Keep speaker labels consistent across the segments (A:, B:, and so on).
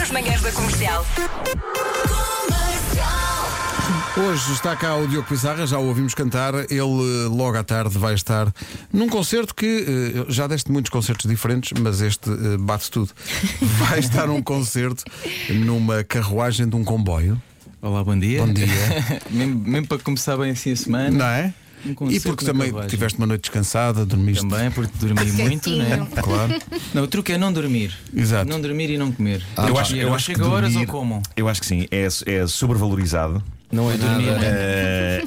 A: as manhãs da comercial.
B: Hoje está cá o Diogo Pizarra, já o ouvimos cantar. Ele eh, logo à tarde vai estar num concerto que eh, já deste muitos concertos diferentes, mas este eh, bate tudo. Vai estar num concerto numa carruagem de um comboio.
C: Olá, bom dia.
B: Bom dia.
C: mesmo, mesmo para começar bem assim a semana.
B: Não é?
C: Um
B: e
C: concerto
B: porque
C: na
B: também
C: carruagem.
B: tiveste uma noite descansada, dormiste.
C: Também, porque dormi muito, né?
B: Claro.
C: Não, o truque é não dormir.
B: Exato.
C: Não dormir e não comer.
D: eu
C: Não
D: acho- Ah, eu
C: não
D: acho que
C: chego a horas
D: dormir-
C: ou como?
D: Eu acho que sim, é, é sobrevalorizado.
C: Não é dormir. né?
D: Eh,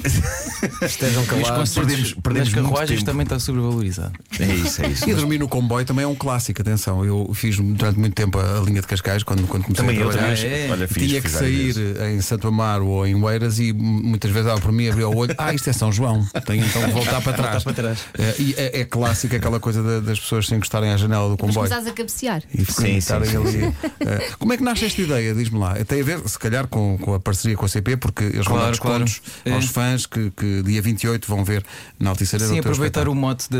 E: Estejam
C: E os
D: Perdemos-
E: calados.
C: concertos
D: perdemos
C: das carruagens
D: muito tempo.
C: também está sobrevalorizado.
D: é isso, é isso.
B: E dormir no comboio também é um clássico, atenção. Eu fiz durante muito tempo a a linha de Cascais quando, quando comecei
D: Também
B: a
D: eu
B: trabalhar.
D: também.
C: é.
D: Olha, fiz,
B: Ah, Tinha que
D: fiz várias
B: sair
D: vezes.
B: em Santo Amaro ou em Oeiras e mu- muitas vezes dava por mim, abria o olho, ah, isto é São João, tenho então que voltar para trás.
C: para trás.
B: É, e é, é clássica aquela coisa da- das pessoas se encostarem à janela do
F: Mas
B: comboio.
F: começares a cabecear.
B: E
D: Sim,
B: estarem
D: sim,
B: ali. É, como é que nasce esta ideia? Diz-me lá. Tem a ver, se calhar, com, com a parceria com a CP, porque eles vão dar
C: Claro, claro.
B: descontos
C: É.
B: aos fãs que, que dia 28 vão ver na
D: é
B: Alticeira
C: Sim, aproveitar o mote de,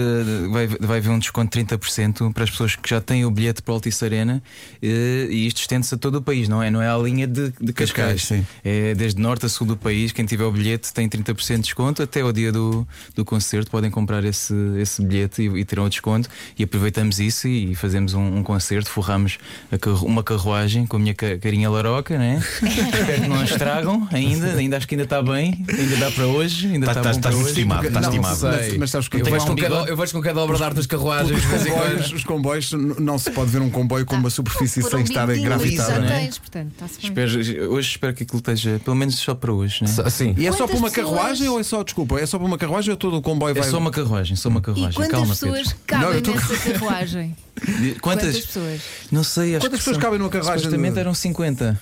C: de- vai, vai haver um desconto de 30% para as pessoas que já têm o bilhete para o Altice Arena eh, e isto estende-se a todo o país, não é? Não é a linha de, de
B: Cascais,
C: Cascais.
B: sim.
C: É desde norte a sul do país, quem tiver o bilhete tem 30% de desconto até ao dia do, do concerto, podem comprar esse, esse bilhete e, e terão o desconto e aproveitamos isso e, fazemos um, um concerto, forramos a carru- uma carruagem com a minha ca- carinha laroca, né? Espero que não a estragam ainda, ainda acho que ainda está bem, ainda dá para hoje, ainda
D: Tá-
C: está
D: tá-
C: bom
D: tá
C: para hoje.
D: estimado, tá
B: Não
D: estimado.
B: sei. Mas sabes que
E: Eu
B: eu
E: vejo,
C: um
E: com
C: bigode.
E: cada, eu vejo com cada obra de arte das carruagens. de vez em quando.
B: Comboios, os comboios n- não se pode ver um comboio com uma superfície
F: Por
B: sem
F: um
B: estar
F: bicudinho,
B: gravitada.
F: mas
B: não
F: Já
B: é?
F: tens, portanto, está-se bem.
C: Espero- hoje espero que aquilo esteja, pelo menos só para hoje. Né?
E: Só- Sim.
B: E é só
F: Quantas
B: para uma
F: pessoas-
B: carruagem ou é só, desculpa, é só para uma carruagem ou todo o comboio
C: É
B: vai.
C: só uma carruagem, só uma carruagem.
F: E quantas
C: Calma,
F: pessoas
C: Pedro.
B: Não, eu
F: cabem
B: tô-
F: nessa carruagem?
C: Di- Quantas?
F: Quantas pessoas?
C: Não sei, acho
B: Quantas
C: que
B: pessoas
C: são-
B: cabem numa carruagem?
C: Supostamente eram 50.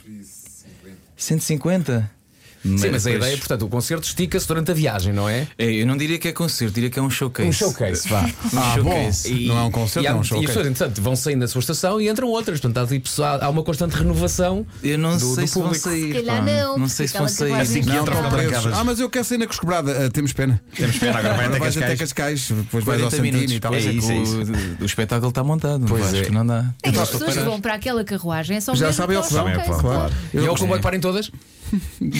C: 150?
E: Sim, mas a
C: depois-
E: ideia, portanto, o concerto estica-se durante a viagem, não é?
C: É, Eu não diria que é concerto, diria que é um showcase.
E: Um showcase, vá.
C: Um
B: Ah, bom.
C: showcase.
B: Não é um concerto,
E: e há-
B: não é um
E: E as
B: showcase.
E: pessoas, entretanto, vão saindo da sua estação e entram outras. Portanto, há, tipo- há- há uma constante renovação.
C: Eu não
E: Do-
C: sei
E: do
C: se vão
E: público.
C: sair.
F: Se calhar
C: pá.
F: não,
C: Não sei se
F: porque tipo
C: vão sair.
F: aquela carruagem
D: Assim que
B: Não,
D: entram
B: estão
D: trancadas.
B: presos. Ah, mas eu quero sair na cosquebrada. Ah, temos pena.
D: Temos pena, agora vai
B: Agora
D: até
B: vais até
D: Cascais.
B: Cascais, depois vais ao
C: 40
B: Santini
C: minutos.
B: e tal.
C: pois
D: É
C: é que
D: isso, é
C: o, o espetáculo está montado.
E: Pois
C: acho
E: é.
C: que não dá.
F: É que as pessoas que vão para aquela carruagem é só
B: Já
F: mesmo
B: sabem ao
F: para
B: que
F: o
B: vão.
D: Também é
F: showcase.
D: claro.
B: Claro.
E: E é o comboio
C: É.
E: que parem todas?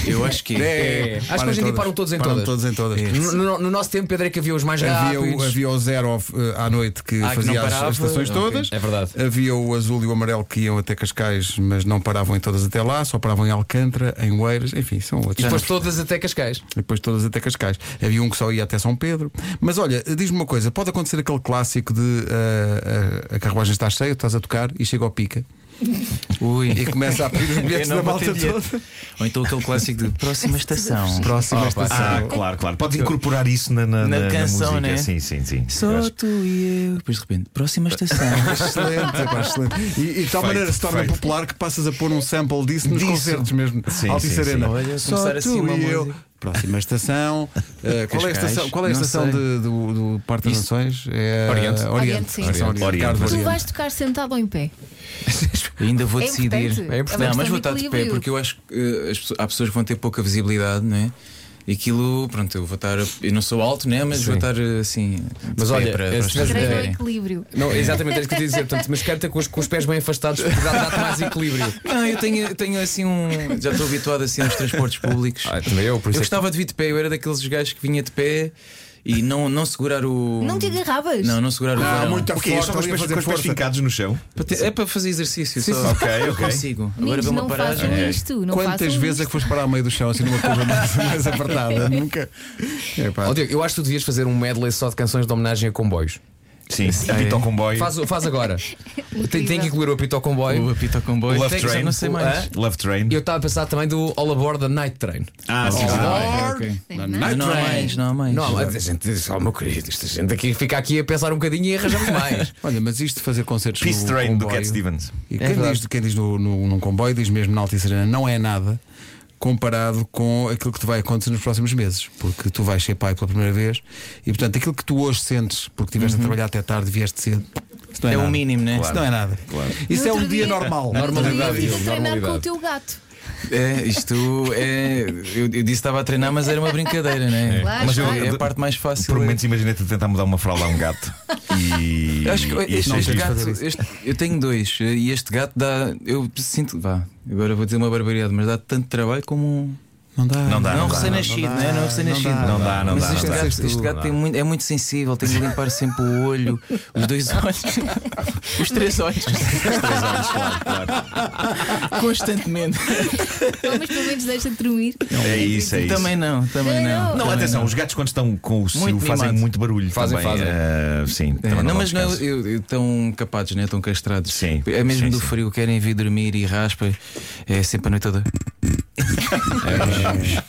C: Eu acho que
B: Né?
C: é.
E: É. Acho que hoje em dia param todos em
B: Param
E: todas.
B: todos em todas.
E: No, no- no nosso tempo, Pedro é que havia os mais
B: Havia
E: rápidos.
B: o, havia o zero off, eh, à noite que
C: Ah, que
B: fazia
C: não
B: as-
C: parava.
B: as estações
C: Ok.
B: todas.
E: É verdade.
B: Havia o azul e o amarelo que iam até Cascais, mas não paravam em todas até lá, só paravam em Alcântara, em Oeiras, enfim, são outros.
E: E depois todas até Cascais.
B: Depois todas até Cascais. Havia um que só ia até São Pedro. Mas olha, diz-me uma coisa: pode acontecer aquele clássico de ah, ah, a carruagem está cheia, estás a tocar e chega ao pica
C: Ui.
B: e começa a pedir os bilhetes
C: Eu não
B: da malta
C: vou ter
B: toda.
C: bilhete. Ou então aquele clássico de próxima estação.
B: Próxima
E: Ah, pá.
B: estação.
D: Ah, claro, claro. Podes incorporar isso na, na,
C: Na canção,
D: música.
C: né?
D: Sim, sim, sim. Eu
C: Só
D: acho-
C: tu e eu. Depois de repente, próxima estação.
B: Excelente, epá, excelente. E, e de tal
D: Feito,
B: maneira se torna
D: feito.
B: popular que passas a pôr um sample disso nos
D: Disso.
B: concertos mesmo.
D: Sim,
B: Altice
D: sim,
B: Arena.
D: sim.
C: Olha,
B: Só
C: começar
B: tu
C: assim uma
B: e eu.
C: música.
B: Próxima estação. Eh, qual é a
C: Cascais?
B: estação, qual é a
C: Não
B: estação
C: sei.
B: de- do, do Parque das
C: Isso.
B: Nações? É
E: Oriente.
F: Oriente, sim.
B: Estação Oriente.
D: Oriente.
B: Cardo
D: Tu
F: Tu
B: Oriente.
F: vais tocar sentado ou em pé?
C: Ainda vou
F: É
C: decidir.
F: importante. É importante.
C: Não, mas
F: É uma questão
C: vou
F: de
C: estar de pé,
F: equilíbrio.
C: porque eu acho que eh, as pessoas- há pessoas que vão ter pouca visibilidade, não é? E aquilo, pronto, eu vou estar. Eu não sou alto, né? Mas vou estar eh, assim. de
E: Mas
C: pé
E: olha,
C: para,
E: eh,
C: para
E: se
C: as pessoas
E: tiveres-
F: Treino ao
E: é.
C: verem.
F: equilíbrio.
E: Não, exatamente, é isso que eu te ia dizer. Portanto, mas canta com os, com os pés bem afastados, porque dá- dá-te mais equilíbrio.
C: Não, eu tenho, tenho assim um. Já estou habituado assim aos transportes públicos.
E: Ah,
B: então
E: também eu, por
C: eu
E: isso é que-
C: gostava de vir de pé, eu era daqueles gajos que vinha de pé e não, não segurar o.
F: Não te agarravas?
C: Não, não segurar o verão.
D: O quê? Só com os pés- com os pés fincados no chão?
C: Para ter- É para fazer exercício só.
D: Ok,
C: Eu
D: ok.
C: consigo. Agora
F: Meninos,
C: vê uma
F: não
C: paragem.
F: façam isto. Não
B: Quantas
F: façam
B: vezes é que
F: isto.
B: foste parar ao meio do chão, assim numa curva mais, mais apertada? Nunca. É, Epá.
E: Ó, Diogo, eu acho que tu devias fazer um medley só de canções de homenagem a comboios.
D: Sim, apita ao comboio.
E: Faz, faz agora. tem, tem que incluir o apito ao
C: O
E: comboio.
C: apito ao comboio.
D: O Love
C: É. Tem que ser,
D: Train.
C: Não sei mais.
E: Hã?
D: Love Train.
E: E eu estava a pensar também do All Aboard the Night Train.
D: Ah, sim, sim.
C: Ok.
F: Tem nada.
C: Não há mais, não há mais.
E: Não, mas a gente diz, oh meu querido, esta gente aqui fica aqui a pensar um bocadinho e arranjamos mais.
B: Olha, mas isto de fazer concertos
D: Peace
B: no
D: Train do
B: comboio-
D: Cat Stevens.
B: E quem
E: verdade.
B: diz, quem diz no, no- num comboio, diz mesmo na Altice Arena, não é nada comparado com aquilo que te vai acontecer nos próximos meses, porque tu vais ser pai pela primeira vez e, portanto, aquilo que tu hoje sentes, porque estiveste a trabalhar até tarde, vieste cedo, isso não é,
C: É
B: nada.
C: o mínimo, né?
B: Isso não é nada. Isso
F: No
B: é um
F: outro
B: dia,
F: dia-
B: normal.
F: No outro dia
E: Normalidade,
F: estive a treinar
E: normalidade.
F: com o teu gato.
C: É, isto é. Eu, eu disse que estava a treinar, mas era uma brincadeira, né?
F: Claro,
C: Mas eu-
F: claro.
C: é a parte mais fácil.
D: Por momentos imaginei-te tentar mudar uma fralda a um gato. E.
C: Acho que
D: e
C: este,
D: achei
C: este
D: giro.
C: gato, este- eu tenho dois e este gato dá. Eu sinto. Vá, agora vou dizer uma barbaridade, mas dá tanto trabalho como um.
B: Não dá.
D: Não dá,
C: não
D: não dá.
C: recém-nascido, não é? Não recém-nascido.
D: dá, não dá, não
C: Mas
D: dá,
C: este
D: não dá.
C: gato, este gato tem muito- é muito sensível, tem de limpar sempre o olho, os dois olhos, os três olhos,
D: Claro, claro.
C: constantemente.
F: Bom, mas pelo menos deixa de dormir.
D: É isso, é isso.
C: também não, também não.
D: Não,
C: também
D: atenção, os gatos quando estão com o cio
C: Muito
D: fazem
C: mimados.
D: muito barulho.
E: Fazem,
D: também.
E: fazem.
D: Eh, sim,
C: É,
D: também
C: não,
D: dá
C: mas não,
D: descanso.
C: eu, eu, tão capados, né? Tão castrados.
D: Sim,
C: É mesmo
D: sim,
C: do
D: sim.
C: frio, querem vir dormir e raspa. É sempre a noite toda.
B: Ah,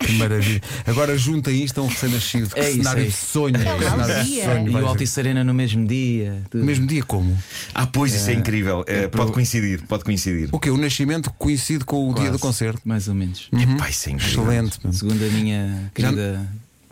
B: Que maravilha. Agora juntem isto a um recém-nascido. Que
C: É isso,
B: cenário
C: é
B: de
C: isso.
B: sonho.
F: É
B: que cenário de
F: magia.
B: sonho
C: E
B: vai
C: o
B: ser.
C: Alto e Serena no mesmo dia. tudo.
B: No mesmo dia como?
D: Ah, pois isso é incrível. Eh, pode coincidir, pode coincidir.
B: O quê? O nascimento coincide com o dia do concerto.
C: Mais ou menos.
D: Epá, isso é incrível.
B: Excelente. meu.
C: Segundo a minha querida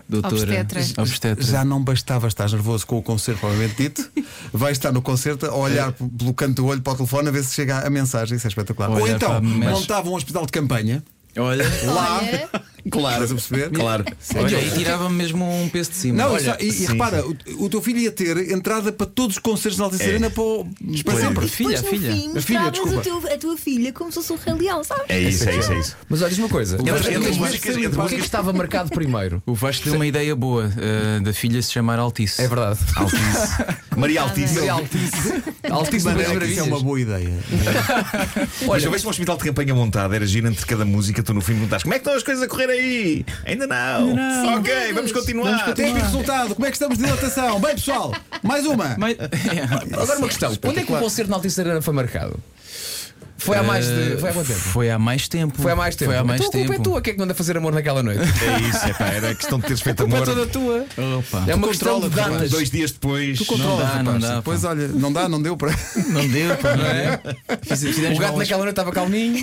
C: doutora
F: Obstetra.
C: obstetra.
B: Já não bastava estar nervoso com o concerto, provavelmente dito. Vais estar no concerto a olhar p- pelo canto do olho para o telefone a ver se chega a mensagem. Isso é espetacular.
C: Olhar
B: Ou então,
C: para a mensagem.
B: montava um hospital de campanha.
C: Olha,
B: Lá.
F: Olha.
B: Claro. Estás a perceber?
E: Claro.
C: olha, e tirava-me mesmo um peso de cima.
B: Não,
C: Olha,
B: e, só- e- e repara, o, o teu filho ia ter entrada para todos os concertos na Alta Serena para, o- para
D: Pois.
B: sempre.
C: Filha,
A: Depois, no
C: filha.
A: Fim,
B: Filha,
A: mostravas
B: desculpa.
A: o teu- a tua filha como se fosse um rei leão, sabes?
D: É isso, é isso, é isso.
E: Mas olha, diz uma coisa.
D: Entre- entre
E: Mas-
D: músicas- entre
E: O que é que estava marcado primeiro?
C: O Vasco deu uma ideia boa eh, da filha se chamar Altice.
E: É verdade.
D: Maria Altice.
E: Maria Altice. Altice
B: Mano,
E: das
B: é que isso é uma
E: Maravilhas.
B: boa ideia.
D: Mas se houvesse um hospital de campanha montado, era giro entre cada música, tu no fim perguntas como é que estão as coisas a correr aí? Ainda não. Ok,
A: Sim,
D: vamos
A: vamos
D: continuar.
B: Tempo e resultado, como é que estamos de dilatação? Bem, pessoal, mais uma.
C: Mas-
E: Agora uma questão. Quando é que o concerto na Altice Arena foi marcado? Foi É há mais de. Foi há quanto tempo?
C: Eh, Foi há mais tempo.
E: Foi há mais tempo.
C: Foi há mais
E: então a culpa
C: tempo.
E: é tua, que é que manda fazer amor naquela noite? é
D: É isso, epá, era questão de teres feito amor.
E: tua.
C: Opa.
E: É uma questão de datas.
D: Dois dias depois.
C: Não dá, não dá.
B: Pois olha, não ah, dá, não deu para.
C: Não deu, pá, não é? Fiz- Fizemos
E: um- O gato
C: mal as-
E: naquela noite estava calminho.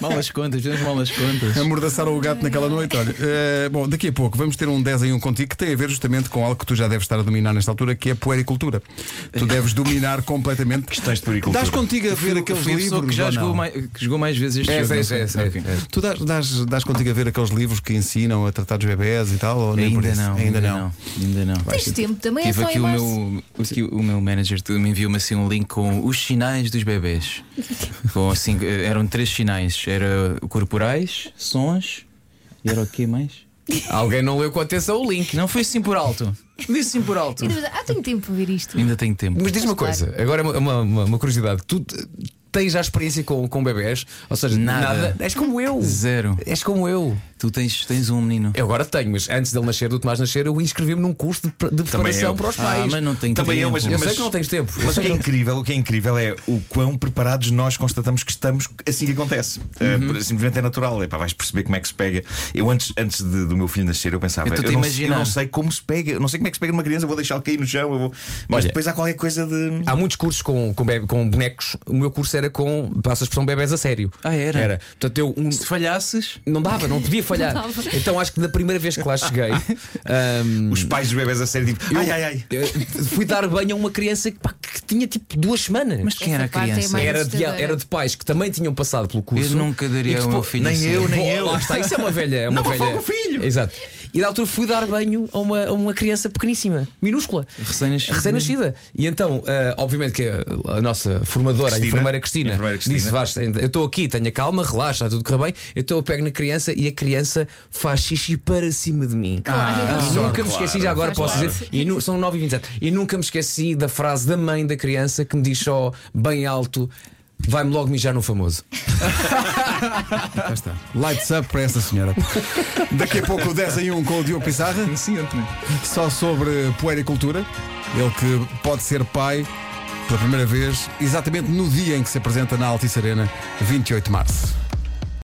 C: mal as contas, fizemos mal as
E: É
C: contas.
B: Amordaçaram o gato naquela noite. Olha, Eh, bom, daqui a pouco vamos ter um 10 em um contigo que tem a ver justamente com algo que tu já deves estar a dominar nesta altura, que é a puericultura. Tu deves dominar completamente.
D: Questões de puericultura.
B: Dás contigo a ver aqueles
C: Foi a pessoa
B: livros
C: que já
B: ou não?
C: jogou mais, que jogou mais vezes este
E: É,
C: jogo.
E: é,
C: não sei.
E: é, é,
C: Ok.
E: é.
B: Tu dás, dás, dás contigo a ver aqueles livros que ensinam a tratar dos bebés e tal? Ou nem por
C: Ainda,
B: isso?
C: não, ainda não, ainda não.
F: Tens tempo, também é
C: Tive
F: só
C: aqui
F: em
C: o
F: março.
C: meu, aqui o meu manager tu- me enviou-me assim um link com os sinais dos bebés. com assim, eh, eram três sinais: era corporais, sons e era o que mais?
E: Alguém não leu com atenção o link.
C: Não foi assim por alto. Disse assim por alto.
F: E depois, ah, tenho tempo para ver isto.
C: Ainda tenho tempo.
E: Mas diz uma
F: Mas
E: coisa, agora é uma- uma, uma, uma curiosidade. Tu eh, tens já experiência com, com bebés? Ou seja,
C: Nada.
E: És como eu.
C: Zero.
E: És como eu.
C: Tu tens, tens um menino.
E: Eu agora tenho, mas antes dele nascer, do Tomás nascer, eu inscrevi-me num curso de, pre- de preparação
D: eu.
E: para os
C: Ah,
E: pais.
C: mas não tenho
D: Também
C: tempo.
D: eu, mas-
E: Eu sei que não tens tempo. Eu
D: Mas o
E: sei
D: que é
E: que
D: incrível, o que é incrível é o quão preparados nós constatamos que estamos assim que acontece. Eh, por- simplesmente é natural. Epá, vais perceber como é que se pega. Eu antes, antes de- do meu filho nascer, eu pensava,
C: Eu
D: eu,
C: estou-te a
D: não,
C: imaginar.
D: eu não sei como se pega, eu não sei como é que se pega numa criança, eu vou deixá-lo cair no chão, eu vou. Mas
E: Olha.
D: depois há qualquer coisa de.
E: Há muitos cursos com, com, bebe- com bonecos. O meu curso era com, passa a expressão, bebés a sério.
C: Ah, era?
E: Era. Portanto, eu um-
C: Se falhasses.
E: não dava, não podia falhar.
F: Não dava.
E: Então acho que da primeira vez que lá cheguei, ah, ahm,
D: Os pais dos bebés a sério, tipo, ai ai ai.
E: eh, fui dar banho a uma criança que, pá, que tinha tipo duas semanas.
C: Mas quem
F: Essa
C: era a
F: parte é
C: criança?
F: mais-
E: era, de,
F: assustadora.
E: era de pais que também tinham passado pelo curso.
C: Eu nunca daria
E: E que
C: ao meu
E: depois-
C: filho assim.
E: nem eu. Lá está, isso é uma velha. É uma velha.
D: falar com o filho.
E: Exato. E na altura fui dar banho a uma, a uma criança pequeníssima, minúscula.
C: Recém-nascida.
E: Recém-nascida. E então, eh, obviamente, que a, a nossa formadora,
D: Cristina.
E: a enfermeira Cristina,
D: Enfermeira Cristina.
E: disse: Vasco, eu estou aqui, tenha calma, relaxa, está tudo correr bem. Então eu pego na criança e a criança faz xixi para cima de mim.
D: Ah,
E: E nunca me esqueci, já agora
F: Faz
E: posso dizer, e nu- são 9 e 27 e nunca me esqueci da frase da mãe da criança que me diz só bem alto: vai-me logo mijar no famoso.
B: Cá está. Lights up para essa senhora. Daqui a pouco o 10 em 1 com o Diogo Pizarra. Só sobre puericultura. Ele que pode ser pai pela primeira vez, exatamente no dia em que se apresenta na Altice Arena, 28 de março.